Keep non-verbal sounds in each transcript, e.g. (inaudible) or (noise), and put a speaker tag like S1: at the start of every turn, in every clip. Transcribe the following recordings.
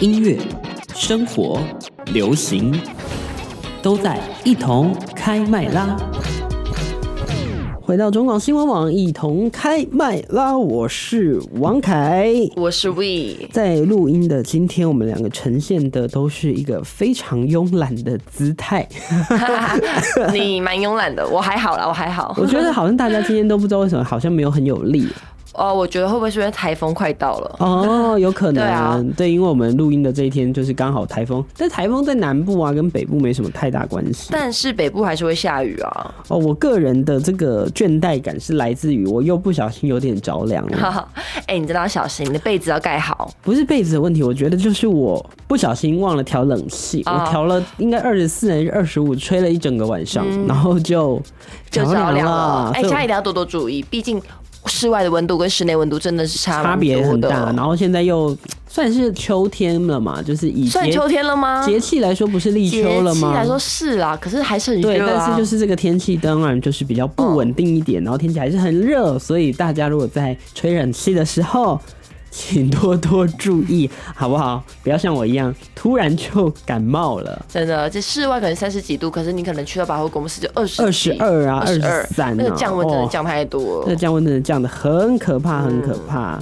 S1: 音乐、生活、流行，都在一同开麦啦！
S2: 回到中广新闻网，一同开麦啦！我是王凯，
S3: 我是 We。
S2: 在录音的今天，我们两个呈现的都是一个非常慵懒的姿
S1: (laughs)
S2: 态。
S3: (laughs) 你蛮慵懒的，我还好啦，我还好。
S2: 我觉得好像大家今天都不知道为什么，好像没有很有力。
S3: 哦，我觉得会不会是因为台风快到了？
S2: 哦，有可能，
S3: 对啊
S2: 对，因为我们录音的这一天就是刚好台风，但台风在南部啊，跟北部没什么太大关系。
S3: 但是北部还是会下雨啊。 (laughs)
S2: 哦，我个人的这个倦怠感是来自于我又不小心有点着凉了，
S3: 哎、你真的要小心，你的被子要盖好。
S2: 不是被子的问题，我觉得就是我不小心忘了调冷气，
S3: 哦
S2: 我调了应该二十四还是二十五，吹了一整个晚上，然后就
S3: 嗯就着凉了
S2: 了。，
S3: 哎、
S2: 所以
S3: 家里一定要多多注意，毕竟室外的温度跟室内温度真的是差
S2: 差
S3: 蛮
S2: 别很
S3: 多的哦
S2: 大，然后现在又算是秋天了嘛，就是以
S3: 算
S2: 节
S3: 秋天了吗？
S2: 节气来说不是立
S3: 节
S2: 秋了
S3: 气
S2: 吗？
S3: 来说是啦、可是还是很
S2: 对，
S3: 热啊。
S2: 但是就是这个天气当然就是比较不稳定一点，然后天气还是很热，所以大家如果在吹冷气的时候，请多多注意，好不好？不要像我一样突然就感冒了。
S3: 真的，这室外可能三十几度，可是你可能去到百货公司就二十、
S2: 22啊23啊
S3: 那个降温真的
S2: 哦
S3: 降太多了。
S2: 这降温真的降的很可怕，很可怕。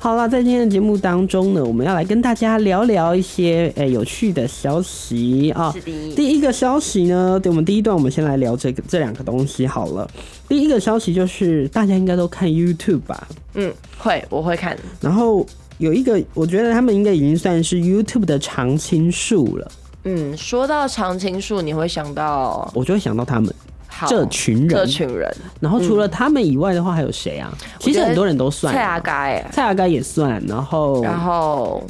S2: 好啦，在今天的节目当中呢，我们要来跟大家聊聊一些诶、有趣的消息啊。
S3: 是的
S2: 第一个消息呢，对我们第一段我们先来聊这个这两个东西好了。第一个消息就是大家应该都看 YouTube 吧，
S3: 嗯，会，我会看。
S2: 然后有一个，我觉得他们应该已经算是 YouTube 的常青树了，
S3: 嗯，说到常青树，你会想到
S2: 我就会想到他们
S3: 好
S2: 这群
S3: 这
S2: 人。
S3: 群嗯人，
S2: 然后除了他们以外的话，还有谁啊？其实很多人都算
S3: 蔡阿
S2: 啊，
S3: 该，
S2: 蔡阿嘎也算，然后
S3: 然后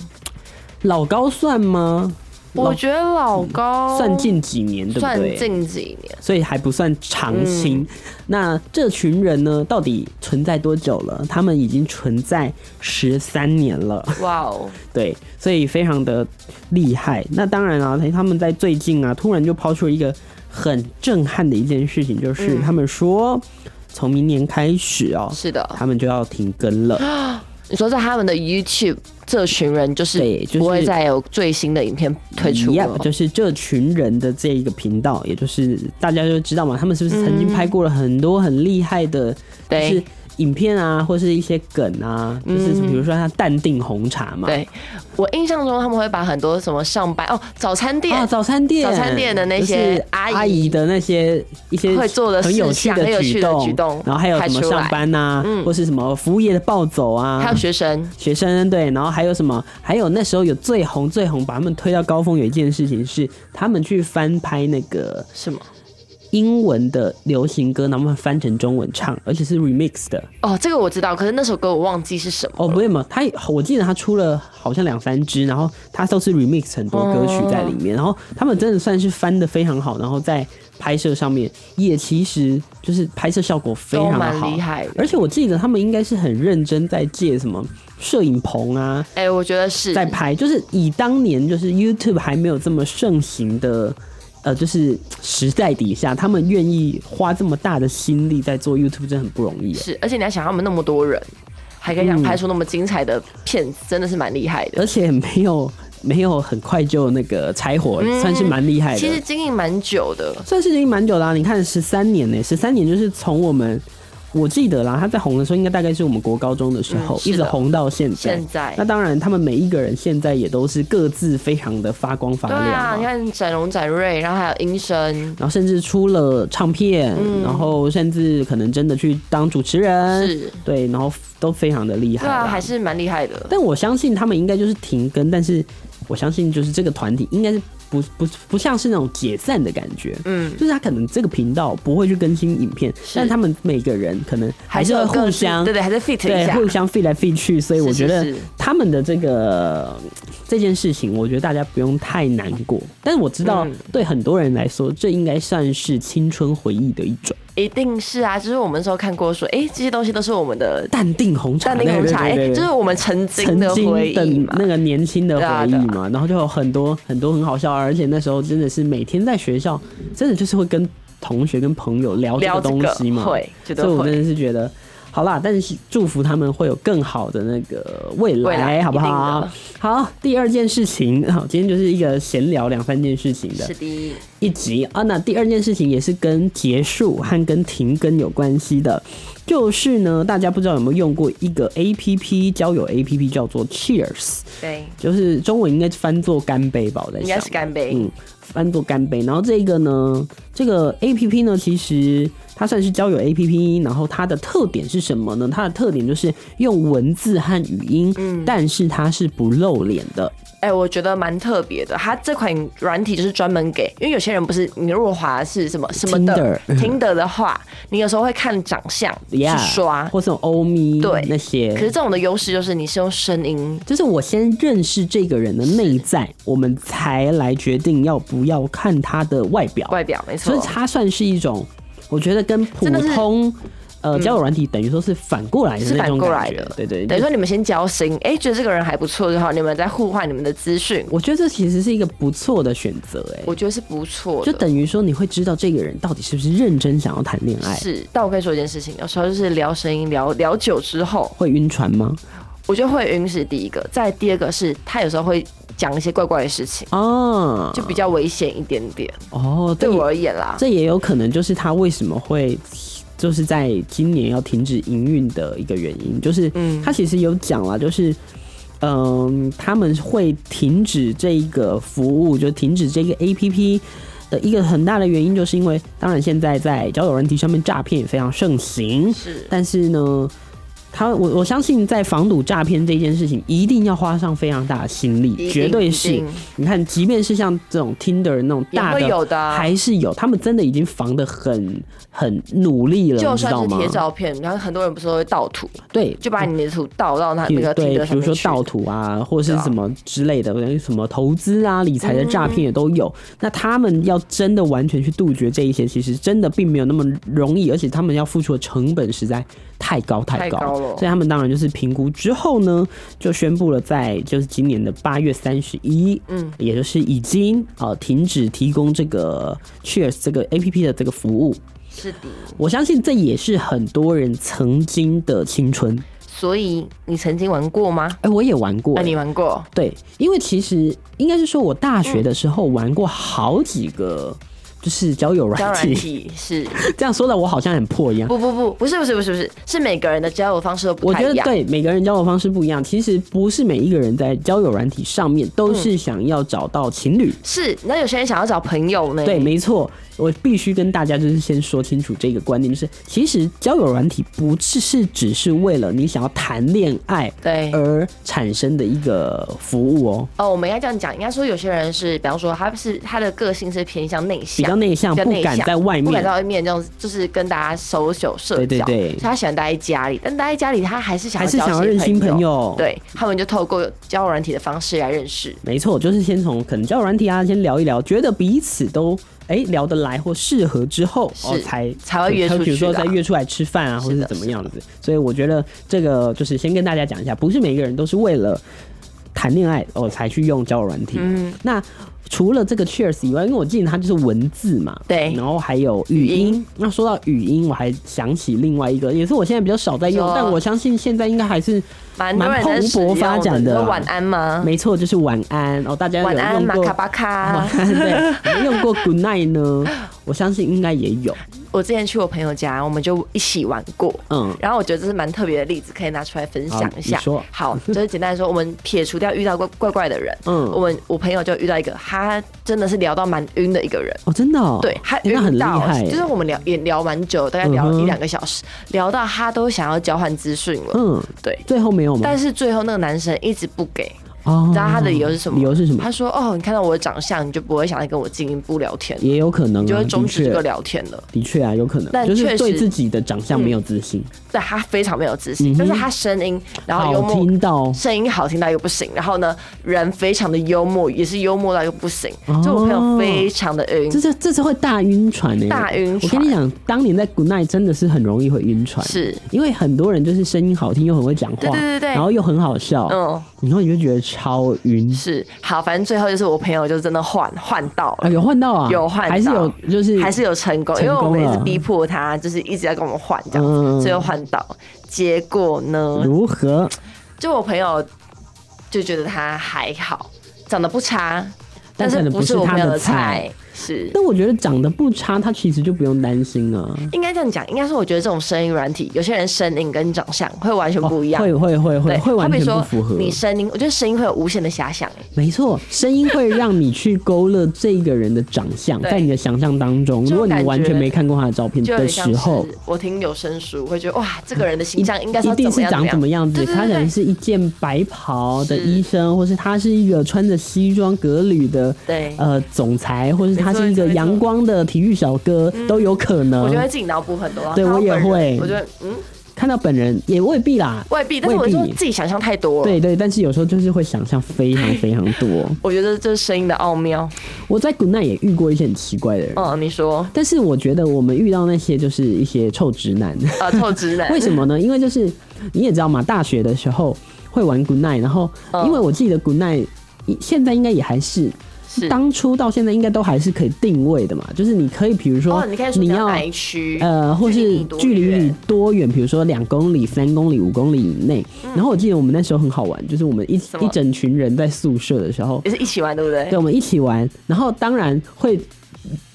S2: 老高算吗？
S3: 我觉得老高
S2: 算近几年对不
S3: 哦算
S2: 对？
S3: 近嗯几年，
S2: 所以还不算常青。那这群人呢，到底存在多久了？他们已经存在十三年了。
S3: 哇哦，
S2: 对，所以非常的厉害。那当然啊，他们在最近啊，突然就抛出了一个很震撼的一件事情，就是
S3: 嗯
S2: 他们说，从明年开始哦，
S3: 是的，
S2: 他们就要停更了。
S3: 啊你说在他们的 YouTube 这群人就是
S2: 对就是
S3: 不会再有最新的影片推出
S2: 一
S3: 了，
S2: 样，就是这群人的这一个频道，也就是大家就知道嘛，他们是不是曾经拍过了很多很厉害的，就
S3: 对嗯
S2: 是影片啊，或是一些梗啊，就是比如说像淡定红茶嘛，
S3: 对我印象中他们会把很多什么上班哦早餐店
S2: 啊，早餐店，
S3: 早餐店的那些
S2: 就是
S3: 阿
S2: 阿
S3: 姨
S2: 的那些一些
S3: 会做的
S2: 很有趣
S3: 事项很有趣的
S2: 动，
S3: 举动
S2: 然后还有什么
S3: 拍出来嗯
S2: 上班呐、或是什么服务业的暴走啊，
S3: 还有学生
S2: 学生对，然后还有什么？还有那时候有最红最红，把他们推到高峰。有一件事情是他们去翻拍那个
S3: 什么
S2: 英文的流行歌，然后他们翻成中文唱，而且是 remix 的。
S3: 哦这个我知道，可是那首歌我忘记是什么
S2: 哦，不是嘛，他我记得他出了好像两三支，然后他都是 remix 很多歌曲在里
S3: 哦
S2: 面，然后他们真的算是翻的非常好，然后在拍摄上面也其实就是拍摄效果非常
S3: 都
S2: 的
S3: 蛮
S2: 好，
S3: 厉害的
S2: 而且我记得他们应该是很认真在借什么摄影棚啊，
S3: 哎、我觉得是
S2: 在拍，就是以当年就是 YouTube 还没有这么盛行的。呃，就是时代底下，他们愿意花这么大的心力在做 YouTube，真的很不容易耶。
S3: 是，而且你要想他们那么多人，还可以想拍出那么精彩的片子，真的是蛮厉害的。
S2: 而且没有没有很快就那个柴火，算是蛮厉害的。
S3: 嗯其实经营蛮久的，
S2: 算是已经蛮久了、啊，你看十三年呢、1十三年就是从我们。我记得啦，他在红的时候，应该大概是我们国高中的时候，
S3: 嗯是
S2: 一
S3: 的
S2: 直红到现在。
S3: 现在
S2: 那当然，他们每一个人现在也都是各自非常的发光发
S3: 对
S2: 亮、
S3: 啊，你看展荣、展瑞，然后还有音声，
S2: 然后甚至出了唱片，然后甚至可能真的去当主持人，
S3: 嗯是，
S2: 对，然后都非常的厉害
S3: 对
S2: 啦。
S3: 啊，还是蛮厉害的。
S2: 但我相信他们应该就是停更，但是我相信就是这个团体应该是不不不像是那种解散的感觉，
S3: 嗯，
S2: 就是他可能这个频道不会去更新影片，但他们每个人可能还是
S3: 有
S2: 会
S3: 各
S2: 互
S3: 自
S2: 相
S3: 对对，还是 fit 一
S2: 对
S3: 下，
S2: 互相 f 来 f 去，所以我
S3: 是
S2: 觉得
S3: 是
S2: 他们的这个这件事情，我觉得大家不用太难过。但是我知道
S3: 嗯
S2: 对很多人来说，这应该算是青春回忆的一种。
S3: 一定是啊。就是我们那时候看过说，哎、这些东西都是我们的
S2: 淡定红茶，
S3: 淡定红茶，
S2: 对
S3: 哎、
S2: 对对对
S3: 就是我们曾经
S2: 曾
S3: 的
S2: 经
S3: 回
S2: 的
S3: 忆嘛。
S2: 那个年轻的
S3: 对啊
S2: 回忆
S3: 对啊
S2: 嘛，然后就有很多很多很好笑，而且那时候真的是每天在学校，真的就是会跟同学跟朋友聊这
S3: 聊
S2: 个
S3: 这
S2: 东
S3: 个
S2: 西嘛，
S3: 会绝对
S2: 所以我
S3: 会
S2: 真的是觉得。好啦，但是祝福他们会有更好的那个未来，
S3: 未来
S2: 好不
S3: 一
S2: 好
S3: 定？
S2: 好，第二件事情，好，今天就是一个闲聊两三件事情的
S3: 是的，
S2: 一集啊。那第二件事情也是跟结束和跟停更有关系的，就是呢，大家不知道有没有用过一个 A P P 交友 A P P 叫做 Cheers，
S3: 对，
S2: 就是中文应该翻作干杯吧，我在想，
S3: 应该是干杯。
S2: 嗯，翻做干杯。然后这个呢，这个 A P P 呢，其实它算是交友 A P P，然后它的特点是什么呢？它的特点就是用文字和语音，
S3: 嗯
S2: 但是它是不露脸的。
S3: 哎、我觉得蛮特别的。它这款软体就是专门给，因为有些人不是你如果滑是什么什么的
S2: Tinder 嗯
S3: 的话，你有时候会看长相去
S2: Yeah，
S3: 刷。
S2: 或是有欧咪
S3: 对
S2: 那些，
S3: 可是这种的优势就是你是用声音，
S2: 就是我先认识这个人的内在，我们才来决定要不要看他的外表。
S3: 外表没错
S2: 所以，它算是一种，我觉得跟普
S3: 真的是嗯
S2: 通呃交友软体等于说是反过来的
S3: 是
S2: 那
S3: 反
S2: 种
S3: 过
S2: 感
S3: 来
S2: 觉
S3: 的。。
S2: 对对，就
S3: 等于
S2: 是
S3: 说你们先交心，哎、觉得这个人还不错就好，你们再互换你们的资讯，
S2: 我觉得这其实是一个不错的选择，哎，
S3: 我觉得是不错的。
S2: 就等于说你会知道这个人到底是不是认真想要谈恋爱，
S3: 是，但我跟你说一件事情，有时候就是聊声音聊聊久之后，
S2: 会晕船吗？
S3: 我觉得会晕是第一个，再第二个是他有时候会讲一些怪怪的事情，
S2: 啊，
S3: 就比较危险一点点。
S2: 哦，
S3: 对
S2: 这也
S3: 我而言啦，
S2: 这也有可能就是他为什么会。就是在今年要停止营运的一个原因，就是
S3: 嗯
S2: 他其实有讲了，就是嗯，他们会停止这一个服务，就停止这个 A P P 的一个很大的原因，就是因为当然现在在交友软体上面诈骗也非常盛行，
S3: 是
S2: 但是呢，他我我相信在防堵诈骗这件事情，一定要花上非常大的心力，
S3: 一
S2: 绝
S3: 定
S2: 对
S3: 一
S2: 是
S3: 定。
S2: 你看，即便是像这种 Tinder 那种
S3: 也
S2: 大
S3: 会有的啊
S2: 还是有，他们真的已经防的很很努力了，
S3: 就
S2: 你知
S3: 算
S2: 道
S3: 是
S2: 吗
S3: 贴？照片，然后很多人不是都会盗图，
S2: 对，
S3: 就把你的图盗到那
S2: 比
S3: 那个
S2: 对，
S3: Tinder
S2: 比
S3: 上
S2: 如说
S3: 面
S2: 盗
S3: 去。
S2: 图啊，或者
S3: 对
S2: 是
S3: 啊嗯
S2: 什么之类的，什么投资啊、理财的诈骗也都有。那他们要真的完全去杜绝这一些，其实真的并没有那么容易，而且他们要付出的成本实在太高太
S3: 太
S2: 高
S3: 高了
S2: 所以他们当然就是评估之后呢，就宣布了在就是今年的八月三十一，嗯，也就是已经呃停止提供这个 Cheers 这个 A P P 的这个服务。
S3: 是的，
S2: 我相信这也是很多人曾经的青春。
S3: 所以你曾经玩过吗？
S2: 哎、我也玩过、
S3: 那
S2: 哎
S3: 啊你玩过？
S2: 对，因为其实应该是说，我大学的时候玩过好几个，就是交友
S3: 交
S2: 软
S3: 友软
S2: 体。
S3: 体是
S2: (laughs) 这样说的，我好像很破一样。
S3: 不不不不是不是不是不是是每个人的交友方式都不
S2: 我
S3: 太
S2: 觉得
S3: 一样。
S2: 对每个人交友方式不一样，其实不是每一个人在交友软体上面都是想要找到情侣。
S3: 是，那有些人想要找朋友呢。
S2: 对，没错，我必须跟大家就是先说清楚这个观念，就是其实交友软体不只是只是为了你想要谈恋爱
S3: 对
S2: 而产生的一个服务哦，
S3: 哦，我们应该这样讲，应该说有些人是，比方说他是他的个性是偏向内
S2: 比较
S3: 向。
S2: 内向，
S3: 比较
S2: 不
S3: 内
S2: 敢
S3: 向
S2: 在外
S3: 不
S2: 哎面
S3: 敢在外面这种，就是跟大家 social 社交，
S2: 对对对
S3: 所以他喜欢待在家里，但待在家里他还是想
S2: 还是
S3: 交
S2: 想要
S3: 些
S2: 认新朋友
S3: 对他们就透过交友软体的方式来认识，
S2: 没错，就是先从可能交友软体啊，先聊一聊，觉得彼此都哎、聊得来或适合之后，哦
S3: 是
S2: 才
S3: 才会约出去
S2: 比如说
S3: 啦
S2: 再约出来吃饭啊，或
S3: 是
S2: 是
S3: 的
S2: 怎么样子。所以我觉得这个就是先跟大家讲一下，不是每个人都是为了谈恋爱哦才去用交友软体。嗯，那除了这个 Cheers 以外，因为我记得它就是文字嘛，
S3: 对
S2: 然后还有语
S3: 语音
S2: 音。那说到语音，我还想起另外一个，也是我现在比较少在用
S3: 说，
S2: 但我相信现在应该还是
S3: 蛮多人在
S2: 蓬 (laughs)
S3: 使
S2: 勃
S3: 用
S2: 发展的
S3: 的。你
S2: 啊。
S3: 说晚安吗？
S2: 没错，就是晚安哦，大家有
S3: 晚安，
S2: 用
S3: 马
S2: 过
S3: 卡巴卡
S2: 晚。安对，有没有用过 Good Night 呢？
S3: (laughs)
S2: 我相信应该也有，
S3: 我之前去我朋友家，我们就一起玩过。
S2: 嗯，
S3: 然后我觉得这是蛮特别的例子，可以拿出来分享一下
S2: 好你说。
S3: 好，就是简单来说，我们撇除掉遇到怪怪怪的人，
S2: 嗯
S3: 我们我朋友就遇到一个，他真的是聊到蛮晕的一个人。
S2: 哦，真的、哦，
S3: 对，他
S2: 诶那很
S3: 晕
S2: 厉
S3: 到，
S2: 害耶，
S3: 就是我们聊也聊蛮久，大概聊
S2: 嗯哼
S3: 一两个小时，聊到他都想要交换资讯了。
S2: 嗯，
S3: 对，
S2: 最后没有吗？
S3: 但是最后那个男生一直不给，
S2: 哦，
S3: 你知道他的理由是什么？
S2: 理由是什么？
S3: 他说：“哦，你看到我的长相，你就不会想再跟我进一步聊天，
S2: 也有可能、啊，
S3: 你就会终止这个
S2: 的确，
S3: 聊天了。”
S2: 的确啊，有可能，
S3: 但
S2: 就是
S3: 确
S2: 对
S3: 实嗯
S2: 自己的长相没有自信，
S3: 对他非常没有自信，
S2: 嗯哼
S3: 就是他声音，然后幽
S2: 好
S3: 默
S2: 听哦到
S3: 声音好听到又不行，然后呢，人非常的幽默，也是幽默到又不行，
S2: 哦
S3: 所以我朋友非常的呃晕
S2: 这。是这是会大晕船呢、
S3: 大晕
S2: 我跟
S3: 船
S2: 你讲，当年在 Good Night 真的是很容易会晕船，
S3: 是
S2: 因为很多人就是声音好听又很会讲话，
S3: 对对对对
S2: 然后又很好笑，
S3: 嗯，
S2: 然后你就觉得超晕。
S3: 是好，反正最后就是我朋友就真的换换到了
S2: 啊，。有换到啊，
S3: 有换到，
S2: 还是有，就是
S3: 还是有成功，
S2: 成
S3: 因为我
S2: 功
S3: 们也是
S2: 了
S3: 逼迫他，就是一直在跟我们换这样子，
S2: 嗯
S3: 最后换到。结果呢，
S2: 如何？
S3: 就我朋友就觉得他还好，长得不差，
S2: 但
S3: 但
S2: 可
S3: 是
S2: 能
S3: 不
S2: 不是
S3: 是我
S2: 他
S3: 朋友
S2: 的
S3: 的
S2: 菜
S3: 菜，是。
S2: 但我觉得长得不差，他其实就不用担心啊了。
S3: 应该这样讲，应该是我觉得这种声音软体，有些人声音跟长相会完全不一
S2: 哦
S3: 样，
S2: 会会会会
S3: 对，
S2: 会
S3: 好
S2: 完
S3: 比
S2: 全
S3: 说
S2: 不符合。
S3: 你声音，我觉得声音会有无限的遐想、欸，
S2: 没错，声音会让你去勾勒这个人的长相，
S3: 对
S2: 在你的想象当中，
S3: 就
S2: 如果你
S3: 感
S2: 完
S3: 觉
S2: 全没看过他的照片
S3: 就有
S2: 的
S3: 点像
S2: 时
S3: 是
S2: 候，
S3: 我听有声书会觉得哇，这个人的形象应该是
S2: 一
S3: 要
S2: 定
S3: 怎
S2: 是
S3: 么样
S2: 长怎么样子，
S3: 对对对
S2: 他可能
S3: 对
S2: 是一件白袍的
S3: 是
S2: 医生，或是他是一个穿着西装革履的
S3: 对
S2: 呃总裁，或是他
S3: 没错
S2: 是一个
S3: 没错嗯
S2: 阳光的体育小哥，都有可能。
S3: 我就会自己脑补很多。然后
S2: 对
S3: 看到
S2: 我也
S3: 本人
S2: 会
S3: 我觉得嗯，
S2: 看到本人也未必啦，
S3: 未必，但是我
S2: 未
S3: 就
S2: 必
S3: 自己想象太多了。
S2: 对对，但是有时候就是会想象非常非常
S3: (laughs)
S2: 多。
S3: 我觉得这是声音的奥妙。
S2: 我在古奈也遇过一些很奇怪的人，
S3: 嗯，你说
S2: 但是我觉得我们遇到那些就是一些臭直男。
S3: (laughs)
S2: (laughs)
S3: 啊，臭直男
S2: 为什么呢？因为就是你也知道嘛，大学的时候会玩 Good Night，然后
S3: 嗯
S2: 因为我记得 Good Night 现在应该也还是
S3: 是
S2: 当初到现在应该都还是可以定位的嘛，就是你可以比如说
S3: 哦，你可以说你要
S2: 要
S3: 哪一区？
S2: 呃，或是距离你
S3: 你
S2: 多远，比如说两公里、三公里、五公里以内。然后我记得我们那时候很好玩，就是我们一
S3: 嗯什么
S2: 一整群人在宿舍的时候，
S3: 也是一起玩，对不对？
S2: 对，我们一起玩，然后当然会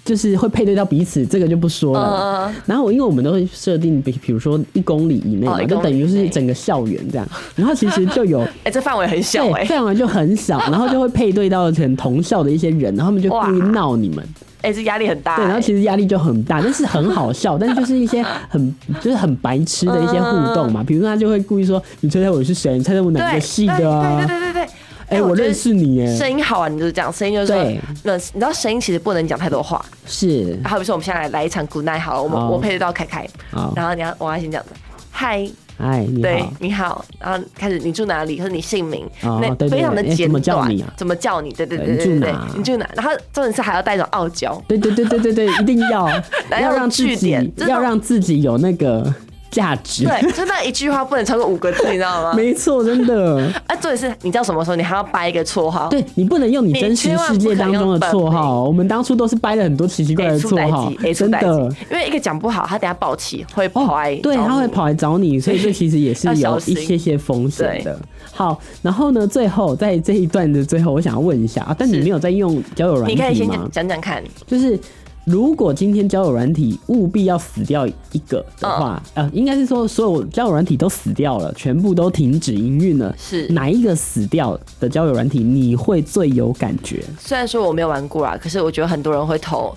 S2: 就是会配对到彼此，这个就不说了。
S3: 嗯
S2: 然后我因为我们都会设定，比比如说一公里以内嘛，
S3: 哦一
S2: 就
S3: 公里
S2: 等于就
S3: 以
S2: 是
S3: 内
S2: 整个校园这样。然后其实就
S3: (laughs)
S2: 有
S3: 哎，这范围很小
S2: 对
S3: 哎
S2: 这样玩就很小，然后就会配对到可能同校的一些人，然后他们就故意
S3: 哇
S2: 闹你们，
S3: 哎，这压力很大。
S2: 对，然后
S3: 哎
S2: 其实压力就很大，但是很好
S3: (laughs)
S2: 笑，但是就是一些很就是很白痴的一些互动
S3: 嗯
S2: 嘛，比如说他就会故意说你猜猜我是谁，你猜猜我哪
S3: 对
S2: 个系的
S3: 对
S2: 啊？
S3: 对对对对对。
S2: 哎，我
S3: 觉得
S2: 认识你
S3: 声
S2: 耶，
S3: 音好玩就是这样，声音就是说
S2: 对，
S3: 那你知道声音其实不能讲太多话。
S2: 是
S3: 好比说我们现在来来一场 Good Night 好了，我们
S2: 好
S3: 我配得到凯凯
S2: 好，
S3: 然后你要我要先讲嗨，
S2: 哎，你
S3: 对
S2: 好，，
S3: 你好，然后开始你住哪里，或者你姓名，
S2: 哦
S3: 那
S2: 对对
S3: 非常的
S2: 对哎
S3: 简
S2: 怎么叫
S3: 短
S2: 你啊，
S3: 怎么叫你？对对
S2: 对
S3: 对对
S2: 你
S3: 对
S2: 住
S3: 对
S2: 哪，
S3: 你住哪？然后重点是还要带一种傲
S2: (laughs)
S3: 娇，
S2: 对对对对对对，一定
S3: (laughs)
S2: 要
S3: 然
S2: 要
S3: 后
S2: 让自
S3: 据
S2: 己
S3: 点这种
S2: 要让自己有那个价值，
S3: 对，就那一句话不能超过五个字，你知道吗？
S2: 没错，真的，
S3: (laughs) 啊，重点是你叫什么时候，你还要掰一个绰号，
S2: 对你不能用你
S3: 你
S2: 真实
S3: 千万
S2: 世界
S3: 不可
S2: 当
S3: 用
S2: 中的
S3: 本
S2: 绰
S3: 名
S2: 号哦，我们当初都是掰了很多奇奇怪怪
S3: 哎，
S2: 的
S3: 出代
S2: 绰号
S3: 机，哎，，出
S2: 真
S3: 代机
S2: 的。，
S3: 因为一个讲不好，他等下爆气会跑来
S2: 哦，
S3: 找
S2: 对，
S3: 你，
S2: 他会跑来找你，
S3: (laughs)
S2: 所以这其实也是
S3: 要
S2: 有
S3: 小
S2: 一
S3: 心
S2: 些些风险的。好，然后呢，最后在这一段的最后，我想要问一下啊，但你
S3: 是
S2: 没有在用交友软
S3: 你可以
S2: 体
S3: 先
S2: 吗
S3: 讲？讲讲看，
S2: 就是如果今天交友软体务必要死掉一个的话，
S3: 嗯
S2: 呃，应该是说所有交友软体都死掉了，全部都停止营运了，
S3: 是
S2: 哪一个死掉的交友软体你会最有感觉
S3: 虽然说我没有玩过啊，可是我觉得很多人会投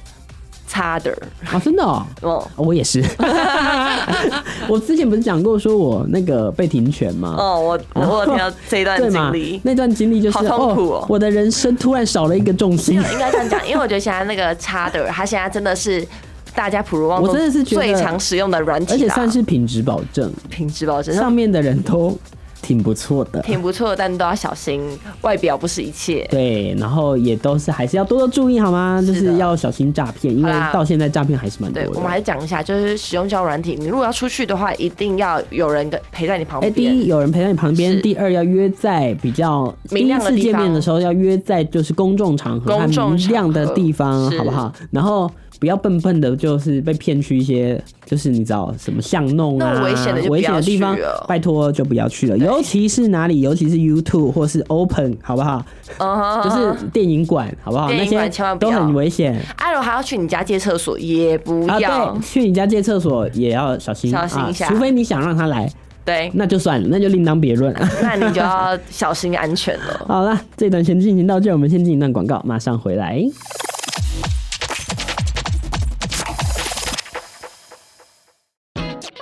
S3: 差的，
S2: 啊？真的、哦。
S3: 嗯。
S2: 我也是， (laughs) 我之前不是讲过说我那个被停权吗？
S3: 哦，我我有听到这一段
S2: 哦对嘛
S3: 经历，，
S2: 那段经历就是
S3: 好痛苦哦
S2: 我的人生突然少了一个重心。
S3: 应该这样讲，因为我觉得现在那个插的，它现在真的是大家普罗望众，
S2: 我真的是觉得
S3: 最常使用的软体啦，
S2: 而且算是品质保证，
S3: 品质保证，
S2: 上面的人都挺不错的，
S3: 挺不错的，但都要小心，外表不是一切。
S2: 对，然后也都是还是要多多注意好吗？就是
S3: 的
S2: 是要小心诈骗，因为
S3: 好啦
S2: 到现在诈骗还是蛮多
S3: 对，
S2: 的。
S3: 我们还是讲一下，就是使用交友软体，你如果要出去的话，一定要有人跟陪在你旁
S2: 哎，第
S3: 边。
S2: 一有人陪在你旁边，
S3: 是
S2: 第二要约在比较第
S3: 明
S2: 一
S3: 亮的
S2: 次
S3: 地
S2: 见面的
S3: 方
S2: 时候要约在就是公众场合
S3: 公
S2: 和
S3: 众
S2: 明
S3: 场
S2: 亮的
S3: 合
S2: 地方，啊
S3: 是
S2: 好不好？然后不要笨笨的，就是被骗去一些就是你知道什么巷弄
S3: 那
S2: 啊
S3: 种危险的就不
S2: 危
S3: 要
S2: 险的地
S3: 去
S2: 方
S3: 了，
S2: 拜托就不要去了，尤其是哪里，尤其是 YouTube 或是 Open，好不好？
S3: 嗯哼
S2: 就是电影馆，好不好？
S3: 电
S2: 那
S3: 影馆
S2: 些
S3: 千万不
S2: 都
S3: 要
S2: 很危险。
S3: 阿柔还要去你家借厕所，也不
S2: 啊，
S3: 要
S2: 对，。去你家借厕所也要小心
S3: 小心一下
S2: 啊，除非你想让他来，
S3: 对，
S2: 那就算了，那就另当别论。
S3: 那你就要小心安全了。
S2: 好啦，这段先进行到这，我们先进一段广告，马上回来。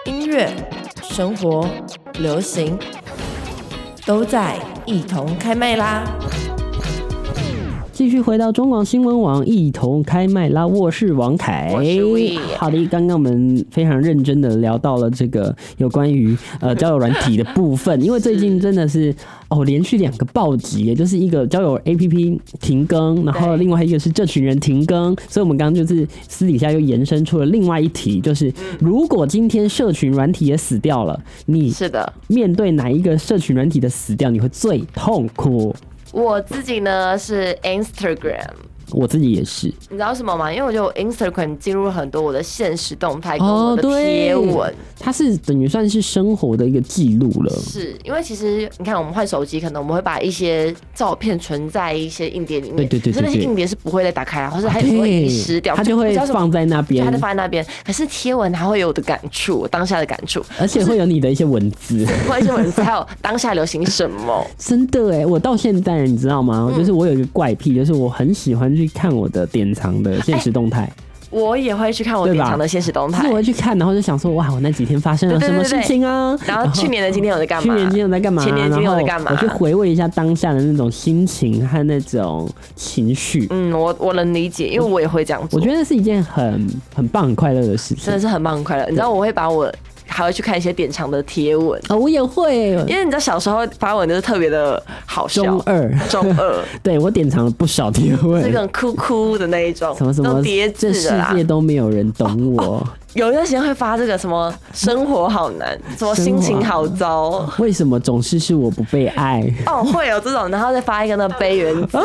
S3: 音乐、生活、流行，都在一同开麦啦！
S2: 继续回到中广新闻网，一同开麦啦！我是王凯，
S3: 我是 We
S2: 好的，刚刚我们非常认真的聊到了这个有关于呃交友软体的部分，因为最近真的 (laughs) 是哦连续两个暴击，也就是一个交友 APP 停更，然后
S3: 对
S2: 另外一个是这群人停更，所以我们刚刚就是私底下又延伸出了另外一题，就是如果今天社群软体也死掉了，你
S3: 是的，
S2: 面对哪一个社群软体的死掉，你会最痛苦？
S3: 我自己呢是 Instagram，
S2: 我自己也是，
S3: 你知道什么吗？因为我觉得我 Instagram 进入很多我的现实动态跟
S2: 哦
S3: 我的
S2: 对
S3: 贴文，
S2: 它是等于算是生活的一个记录了。
S3: 是因为其实你看我们换手机，可能我们会把一些照片存在一些硬碟里面，
S2: 对对对对
S3: 可是那些
S2: 对
S3: 硬碟是不会再打开啊，或者它也会遗失
S2: 对
S3: 掉，，
S2: 它就会放在那
S3: 它
S2: 边
S3: 就，放在那边。可是贴文它会有我的感触，我当下的感
S2: (laughs)
S3: 触，
S2: 而且会有你的一些文字。
S3: 或者是文字，还有当下流行什么。
S2: 真的哎，我到现在你知道吗？
S3: 嗯
S2: 就是我有一个怪癖，就是我很喜欢去看我的典藏的现实动态，
S3: 我也会去看我
S2: 对
S3: 典
S2: 吧
S3: 藏的现实动
S2: 就是
S3: 态
S2: 我，会去看，然后就想说哇，我那几天发生了
S3: 哎对
S2: 什
S3: 对
S2: 么
S3: 对对
S2: 事情啊？
S3: 然后去年的今天我在干
S2: (laughs) 去
S3: 嘛？
S2: 年今天我在干嘛？
S3: 前年今天我在干嘛
S2: 然后我去回味一下当下的那种心情和那种情绪，
S3: 嗯，我我能理解，因为我也会这样做。
S2: 我觉得那是一件很很棒、很快乐的事情
S3: 真。的是很棒很快乐。你知道我会把我还会去看一些典藏的贴文，
S2: 啊、我也会
S3: 因为你知道小时候发文就是特别的好笑。
S2: 中二，
S3: 中
S2: (laughs)
S3: 二，
S2: 对我典藏了不少贴文，
S3: 这个哭哭的那一种，
S2: 什么什
S3: 都
S2: 么
S3: 叠，字
S2: 这世
S3: 的啦
S2: 界。都没有人懂我，
S3: 有一段时间会发这个什么生活好难，什么心情好糟。
S2: 为什么总是是我不被爱？
S3: (laughs) 哦，会有这种，然后再发一个那杯原子，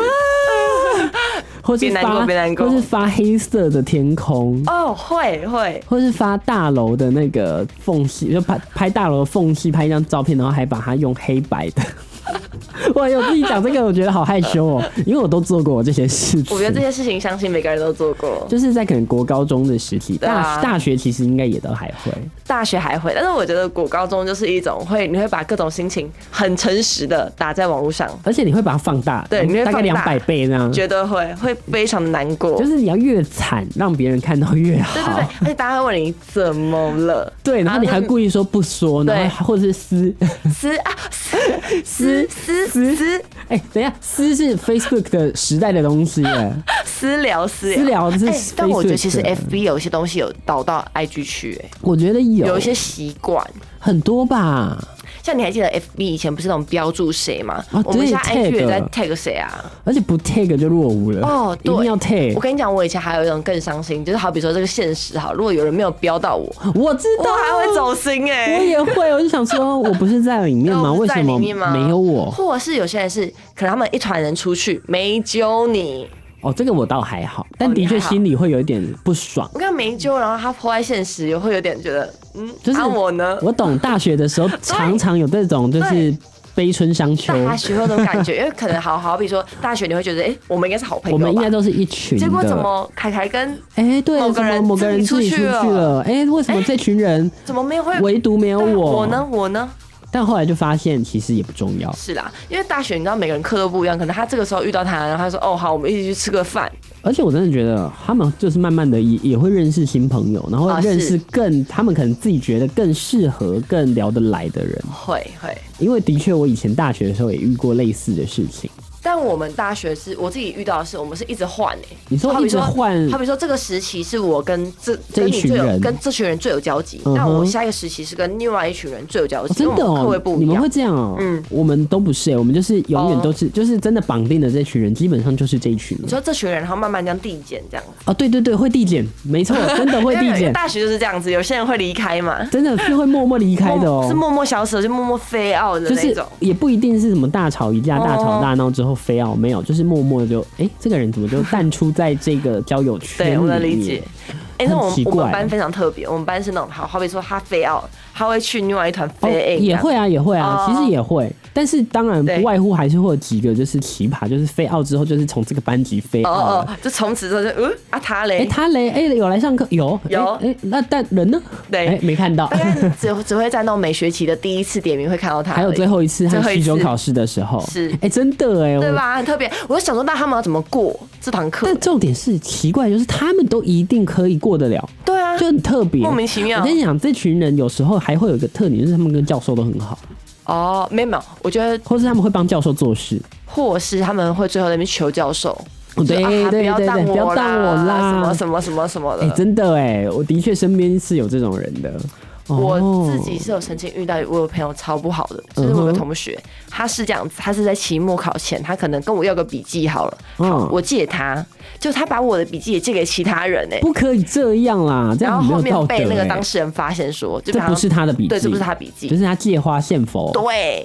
S2: 或是
S3: 啊别难过
S2: 发
S3: 别难过
S2: 或是发黑色的天空，
S3: 哦，会会，
S2: 或是发大楼的那个缝隙，就拍拍大楼的缝隙拍一张照片，然后还把它用黑白的。 (laughs) 我有自己讲这个，我觉得好害羞哦，因为我都做过这些事情。
S3: 我觉得这些事情相信每个人都做过，
S2: 就是在可能国高中的时期，
S3: 对啊
S2: 大大学其实应该也都还会。
S3: 大学还会，但是我觉得国高中就是一种会，你会把各种心情很诚实的打在网络上，
S2: 而且你会把它放大，嗯
S3: 对你会
S2: 大概
S3: 放
S2: 两
S3: 大
S2: 百倍这样，
S3: 绝对会会非常的难过。
S2: 就是你要越惨，让别人看到越好。
S3: 对对对，而且大家会问你怎么了？
S2: 对然后你还故意说不说，
S3: 对
S2: 然后或者是撕，
S3: 撕啊撕撕撕撕
S2: (laughs) 哎、等一下，撕是 Facebook 的时代的东西耶，
S3: (laughs) 私聊私
S2: 私聊是
S3: 哎
S2: Facebook
S3: 但我觉得其实
S2: 的
S3: FB 有一些东西有导到 IG 去、哎，
S2: 我觉得有
S3: 有一些习惯。
S2: 很多吧，
S3: 像你还记得 FB 以前不是那种标注谁吗？
S2: 哦
S3: 我们
S2: 对
S3: 现在 IG
S2: tag
S3: 也在 tag 谁啊？
S2: 而且不 tag 就落伍了，
S3: 哦，
S2: 一
S3: 对，
S2: 定要 tag
S3: 我。跟你讲，我以前还有一种更伤心，就是好比说这个现实好，如果有人没有标到我，
S2: 我知
S3: 我
S2: 道，
S3: 还会，走心哎、
S2: 我也会，我就想说，我不是在里面
S3: (laughs)
S2: 吗？
S3: 我不
S2: 为
S3: 是在
S2: 什
S3: 里
S2: 么
S3: 面吗
S2: 没有我？
S3: 或者是有些人是，可能他们一团人出去没揪你，
S2: 哦，这个我倒还好，但
S3: 哦你
S2: 的确
S3: 还好
S2: 心里会有一点不爽。
S3: 我看没揪，然后他抛在现实，也会有点觉得，嗯，
S2: 就是
S3: 啊我呢，
S2: 我懂，大学的时候常常有这种就是悲春伤秋，
S3: 大学会有种感觉， (laughs) 因为可能好好比说大学你会觉得，哎、我们应该是好朋
S2: 我
S3: 友吧，
S2: 们应该都是一群的。
S3: 结果怎么凯凯跟
S2: 哎、对，
S3: 某个
S2: 怎么
S3: 人
S2: 某
S3: 自
S2: 个
S3: 己
S2: 人
S3: 出
S2: 自己
S3: 去
S2: 出去
S3: 了
S2: 了？哎、为什么这群人
S3: 怎么没有会
S2: 唯独没有
S3: 对啊
S2: 我？
S3: 我呢我呢
S2: 但后来就发现其实也不重要，
S3: 是啦，因为大学你知道每个人课都不一样，可能他这个时候遇到他，然后他说哦好，我们一起去吃个饭，
S2: 而且我真的觉得他们就是慢慢的也也会认识新朋友，然后
S3: 啊是
S2: 认识更、他们可能自己觉得更适合、更聊得来的人。
S3: 会会。
S2: 因为的确我以前大学的时候也遇过类似的事情，
S3: 但我们大学是我自己遇到的是，我们是一直换诶、
S2: 你说
S3: 好比
S2: 一直换
S3: 好比说这个时期是我跟这
S2: 这
S3: 跟
S2: 一
S3: 你
S2: 群
S3: 最有
S2: 人
S3: 跟这群人最有交集，
S2: 嗯哼
S3: 那我下一个时期是跟另外一群人最有交
S2: 哦
S3: 集，
S2: 真
S3: 因为
S2: 的
S3: 我们课会
S2: 哦，
S3: 不
S2: 你
S3: 一
S2: 们
S3: 样
S2: 会。这样哦？
S3: 嗯哦
S2: 我们都不是哎、我们就是永远都是、就是真的绑定的这群人，基本上就是这一群
S3: 你
S2: 了。
S3: 说这群人，然后慢慢这样递减，这样子，
S2: 哦，对对对，会递减，没
S3: (laughs)
S2: 错，真的会
S3: 因
S2: 递
S3: 为因为
S2: 减，
S3: 大学就是这样子，有些人会离开嘛，
S2: 真的是会默默离开的哦。
S3: 是默默消失，就默默飞傲的
S2: 就
S3: 那
S2: 是
S3: 种。
S2: 也不一定是什么大吵一架、
S3: 哦
S2: 大吵大闹之后非要没有，就是默默就哎、诶这个人怎么就淡出在这个交友圈里
S3: 对，
S2: 面？
S3: 我能理解。哎、那我
S2: 很奇
S3: 们我们
S2: 怪
S3: 班非常特别，我们班是那种好好比说他飞傲，他会去另外一团
S2: 哦
S3: 飞 in，、
S2: 也会啊，也会啊，
S3: 哎哦
S2: 其实也会，但是当然
S3: 对
S2: 不外乎还是会有几个就是奇葩，就是飞奥之后就是从这个班级飞
S3: 哦
S2: 奥
S3: 哦
S2: 了。
S3: 哦，就从此之后就嗯啊他嘞，
S2: 哎、他嘞，哎、有来上课，有诶
S3: 有
S2: 诶那但人呢？
S3: 对
S2: 诶没看到
S3: 大。概只只会在那种每学期的第一次点名会看到他而已，
S2: 还有最后一次
S3: 最
S2: 和
S3: 后一
S2: 期
S3: 次
S2: 中考试的时候，
S3: 是
S2: 哎、真的哎、
S3: 对
S2: 我
S3: 吧？很特别。我就想说，那他们要怎么过这堂课
S2: 但？重点是奇怪，就是他们都一定可以过得了，
S3: 对啊，
S2: 就很特别，
S3: 莫名其妙
S2: 我跟你讲，这群人有时候还会有一个特点，就是他们跟教授都很好，
S3: 哦，没有没有，我觉得
S2: 或是他们会帮教授做事。
S3: 或是他们会最后在那边求教授，
S2: 哦对
S3: 就说
S2: 对
S3: 啊
S2: 对对
S3: 不
S2: 不要当
S3: 要当
S2: 我
S3: 我
S2: 啦
S3: 啦，什么什么什么什么
S2: 哎、
S3: 的。
S2: 真的哎，我的确身边是有这种人的。哦
S3: 我自己是有曾经遇到，我有朋友超不好的，
S2: 嗯
S3: 就是我有个同学，他是这样子，他是在期末考前，他可能跟我要个笔记好了，
S2: 嗯
S3: 我借他，就他把我的笔记也借给其他人哎、
S2: 不可以这样啦，这
S3: 然
S2: 样
S3: 后
S2: 很没
S3: 后
S2: 有道
S3: 面
S2: 德
S3: 被那个当
S2: 哎。
S3: 事人发现说，就
S2: 这不是他的笔记，
S3: 对，这不是他笔记
S2: 就，是他借花献佛，
S3: 对，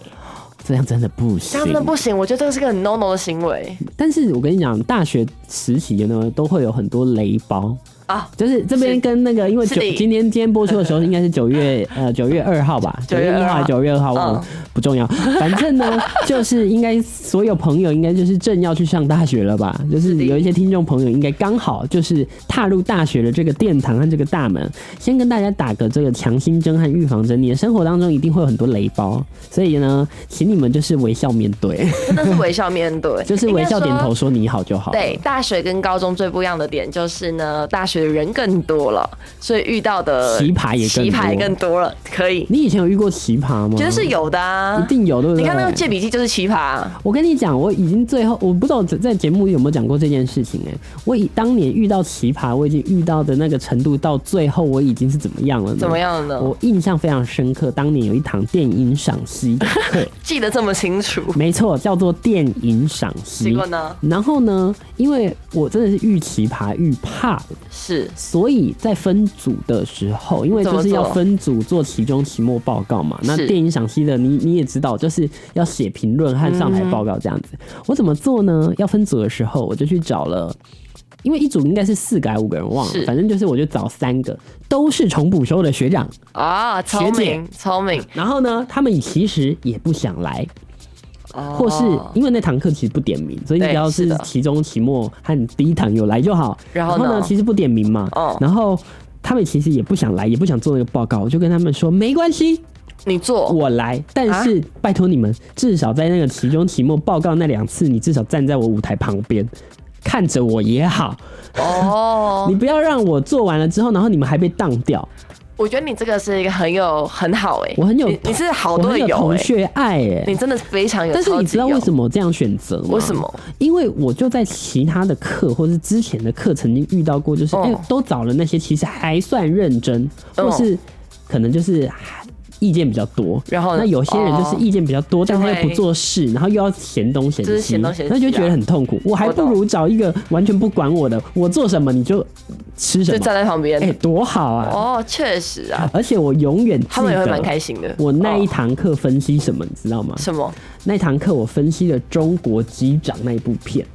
S2: 这样真的不
S3: 这
S2: 行
S3: 样。真的不行，我觉得这个是个很 no no 的行
S2: (laughs)
S3: 为
S2: 但是我跟你讲，大学时期呢都会有很多雷包，
S3: 啊！
S2: 就是这边
S3: 是
S2: 跟那个，因为
S3: 是
S2: 九
S3: 的
S2: 今天今天播出的时候应该是九
S3: (laughs)
S2: 月呃九月二号吧，九
S3: 9月
S2: 月一
S3: 2
S2: 号
S3: 号嗯
S2: 九月二号忘了、不重要，反正呢就是应该所有朋友应该就是正要去上大学了
S3: (laughs)
S2: 吧，就是
S3: 是的
S2: 有一些听众朋友应该刚好就是踏入大学的这个殿堂和这个大门，先跟大家打个这个强心针和预防针，你的生活当中一定会有很多雷包，所以呢，请你们就是微笑面对， (laughs)
S3: 真的是微笑面对，
S2: 就是微笑点头
S3: 应该说。
S2: 说你好就好，
S3: 对，，大学跟高中最不一样的点就是呢，大学的人更多了，所以遇到的
S2: 奇葩也更
S3: 奇葩
S2: 多
S3: 也更多了。可以，
S2: 你以前有遇过奇葩吗？
S3: 觉得是有的啊，
S2: 一定有，对不对？
S3: 你看那个借笔记就是奇葩、啊，
S2: 我跟你讲，我已经最后，我不知道在节目有没有讲过这件事情哎、我以当年遇到奇葩，我已经遇到的那个程度，到最后我已经是怎么样了呢？
S3: 怎么？样呢？
S2: 嗯我印象非常深刻，当年有一堂电影赏析课，
S3: 记得这么清楚，
S2: 没错，叫做电影赏
S3: 结
S2: 析
S3: 果。呢？
S2: 然后呢，因为我真的是遇奇葩遇怕了，
S3: 是
S2: 所以在分组的时候，因为就是要分组做期中、期末报告嘛。那
S3: 是
S2: 电影赏析的你你也知道，就是要写评论和上台报告这样子。
S3: 嗯
S2: 我怎么做呢？要分组的时候，我就去找了。因为一组应该是四个还是五个人，忘了
S3: 是，
S2: 反正就是我就找三个都是重补修的学长，
S3: 啊，聪明聪明，
S2: 然后呢，他们其实也不想来，
S3: 哦
S2: 或是因为那堂课其实不点名，所以你
S3: 对
S2: 只要
S3: 是
S2: 是
S3: 的
S2: 期中、期末和第一堂有来就好。
S3: 然后呢
S2: 其实不点名嘛，
S3: 哦
S2: 然后他们其实也不想来，也不想做那个报告，我就跟他们说没关系，
S3: 你做
S2: 我来，但
S3: 啊
S2: 是、拜托你们，至少在那个期中、期末报告那两次，你至少站在我舞台旁边。看着我也好，
S3: 哦
S2: 你，不要让我做完了之后，然后你们还被当掉。
S3: 我觉得你这个是一个很有很好哎、
S2: 我很有
S3: 你你是好
S2: 我
S3: 多
S2: 很
S3: 的
S2: 有
S3: 友
S2: 同
S3: 哎、
S2: 学爱哎、
S3: 你真的非常有，
S2: 但是你知道为什
S3: 么？
S2: 么我这样选择吗？
S3: 为什么？
S2: 因为我就在其他的课或是之前的课曾经遇到过，就是哎、
S3: 哦
S2: 都找了那些其实还算认真，
S3: 哦
S2: 或是可能就是啊意见比较多。
S3: 然后呢
S2: 那有些人就是
S3: 哦
S2: 意见比较多，但他
S3: 就
S2: 又
S3: 会
S2: 不做事，然后又要嫌东嫌
S3: 就是
S2: 西，
S3: 嫌东嫌西啊
S2: 那就觉得很痛苦。我还
S3: 我
S2: 不
S3: 懂
S2: 如找一个完全不管我的，我做什么你就吃什
S3: 就
S2: 么，
S3: 站在旁边、
S2: 哎、多好啊！
S3: 哦，确实啊，
S2: 而且我永远记
S3: 他们也会蛮
S2: 得
S3: 开心的。
S2: 我那一
S3: 哦
S2: 堂课分析什么，你知道吗？
S3: 什么，
S2: 那堂课我分析了《中国机长》那一部片，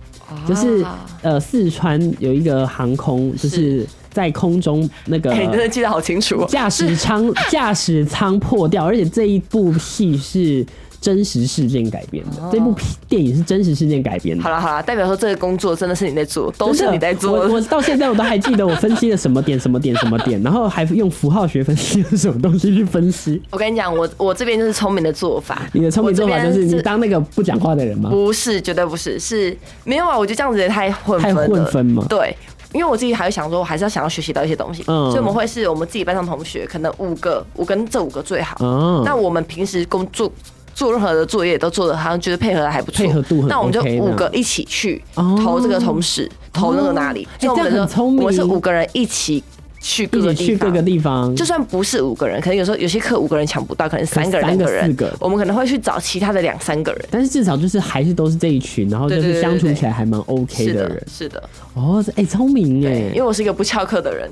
S2: 就是
S3: 啊
S2: 呃四川有一个航空，就是在空中那个
S3: 哎、你真的记得好清楚、哦。
S2: 驾驶
S3: (laughs)
S2: 舱驾驶舱破掉，而且这一部戏是真实事件改编的，这部片电影是真实事件改编的
S3: 哦好。了好了，代表说这个工作真的是你在做，都是
S2: 真的啊
S3: 你在做
S2: 我我到现在我都还记得我分析了什么点什么点什么
S3: (laughs)
S2: 点，然后还用符号学分析了什么东西去分析。
S3: 我跟你讲，我我这边就是聪明的做法。
S2: 你的聪明做法就
S3: 我这
S2: 是
S3: 边
S2: 你当那个不讲话的人吗？
S3: 不是，绝对不是，是没有啊！我觉得这样子也太混
S2: 太
S3: 分了，
S2: 混分吗
S3: 对，因为我自己还会想说，我还是要想要学习到一些东西，
S2: 嗯
S3: 所以我们会是我们自己班上同学，可能五个，我跟这五个最好。
S2: 哦
S3: 那我们平时工作做任何的作业都做的，好像觉得配合的还不错，
S2: 配合度很
S3: 那我们就
S2: OK
S3: 五个一起去
S2: 哦
S3: 投这个同事，投那个哪里
S2: 哦，
S3: 所以我
S2: 哎这
S3: 们
S2: 样
S3: 就
S2: 很聪明
S3: 我们是五个人一起去各
S2: 一
S3: 个
S2: 起
S3: 地
S2: 去各
S3: 方
S2: 个。地方，
S3: 就算不是五个人，可能有时候有些课五个人抢不到，可能三个人、
S2: 可能三
S3: 两
S2: 个
S3: 个人，
S2: 四个
S3: 我们可能会去找其他的两三个人。
S2: 但是至少就是还是都是这一群，然后就
S3: 对对
S2: 是
S3: 对
S2: 相处
S3: 对
S2: 起来还蛮 OK
S3: 是
S2: 的人。
S3: 的，是的，
S2: 哦，哎，聪、明
S3: 对，因
S2: (laughs)
S3: 为
S2: 哎、
S3: 我是一个不翘课的人。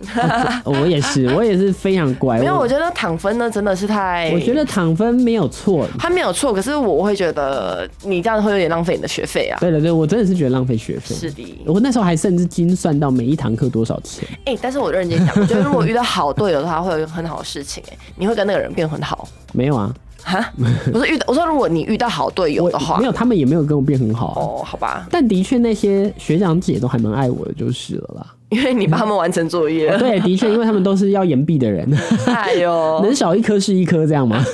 S2: 我也是，我也是非常乖。
S3: 没有，我觉得躺分呢真的是太……
S2: 我觉得躺分没有错。
S3: 他没有错，可是我会觉得你这样会有点浪费你的学费啊。
S2: 对了对，我真的是觉得浪费学费。
S3: 是的，
S2: 我那时候还甚至精算到每一堂课多少钱。
S3: 哎、但是我认真讲，我觉得如果遇到好队友的话，会有一个很好的事情、哎，你会跟那个人变很
S2: (laughs)
S3: 好。
S2: 没有啊，
S3: 哈，我说遇到，我说如果你遇到好队友
S2: 我
S3: 的话
S2: 没，有，他们也没有跟我变很好啊、
S3: 哦，好吧，
S2: 但的确，那些学长姐都还蛮爱我的，就是了啦。
S3: 因为你帮他们完成作
S2: (laughs)
S3: 业。
S2: 对，的确，因为他们都是要延毕的人。
S3: 哎呦
S2: 能，少一颗是一颗，这样吗？ (laughs)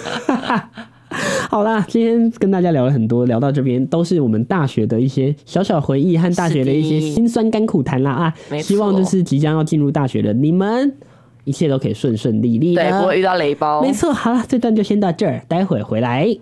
S2: 好啦，今天跟大家聊了很多，聊到这边都是我们大学的一些小小回忆和大学的一些
S3: 是的
S2: 辛酸甘苦谈啦啊！
S3: 没错
S2: 希望就是即将要进入大学的你们，一切都可以顺顺利利的。
S3: 对，不会遇到雷包。
S2: 没错。好啦，这段就先到这儿，待会回来。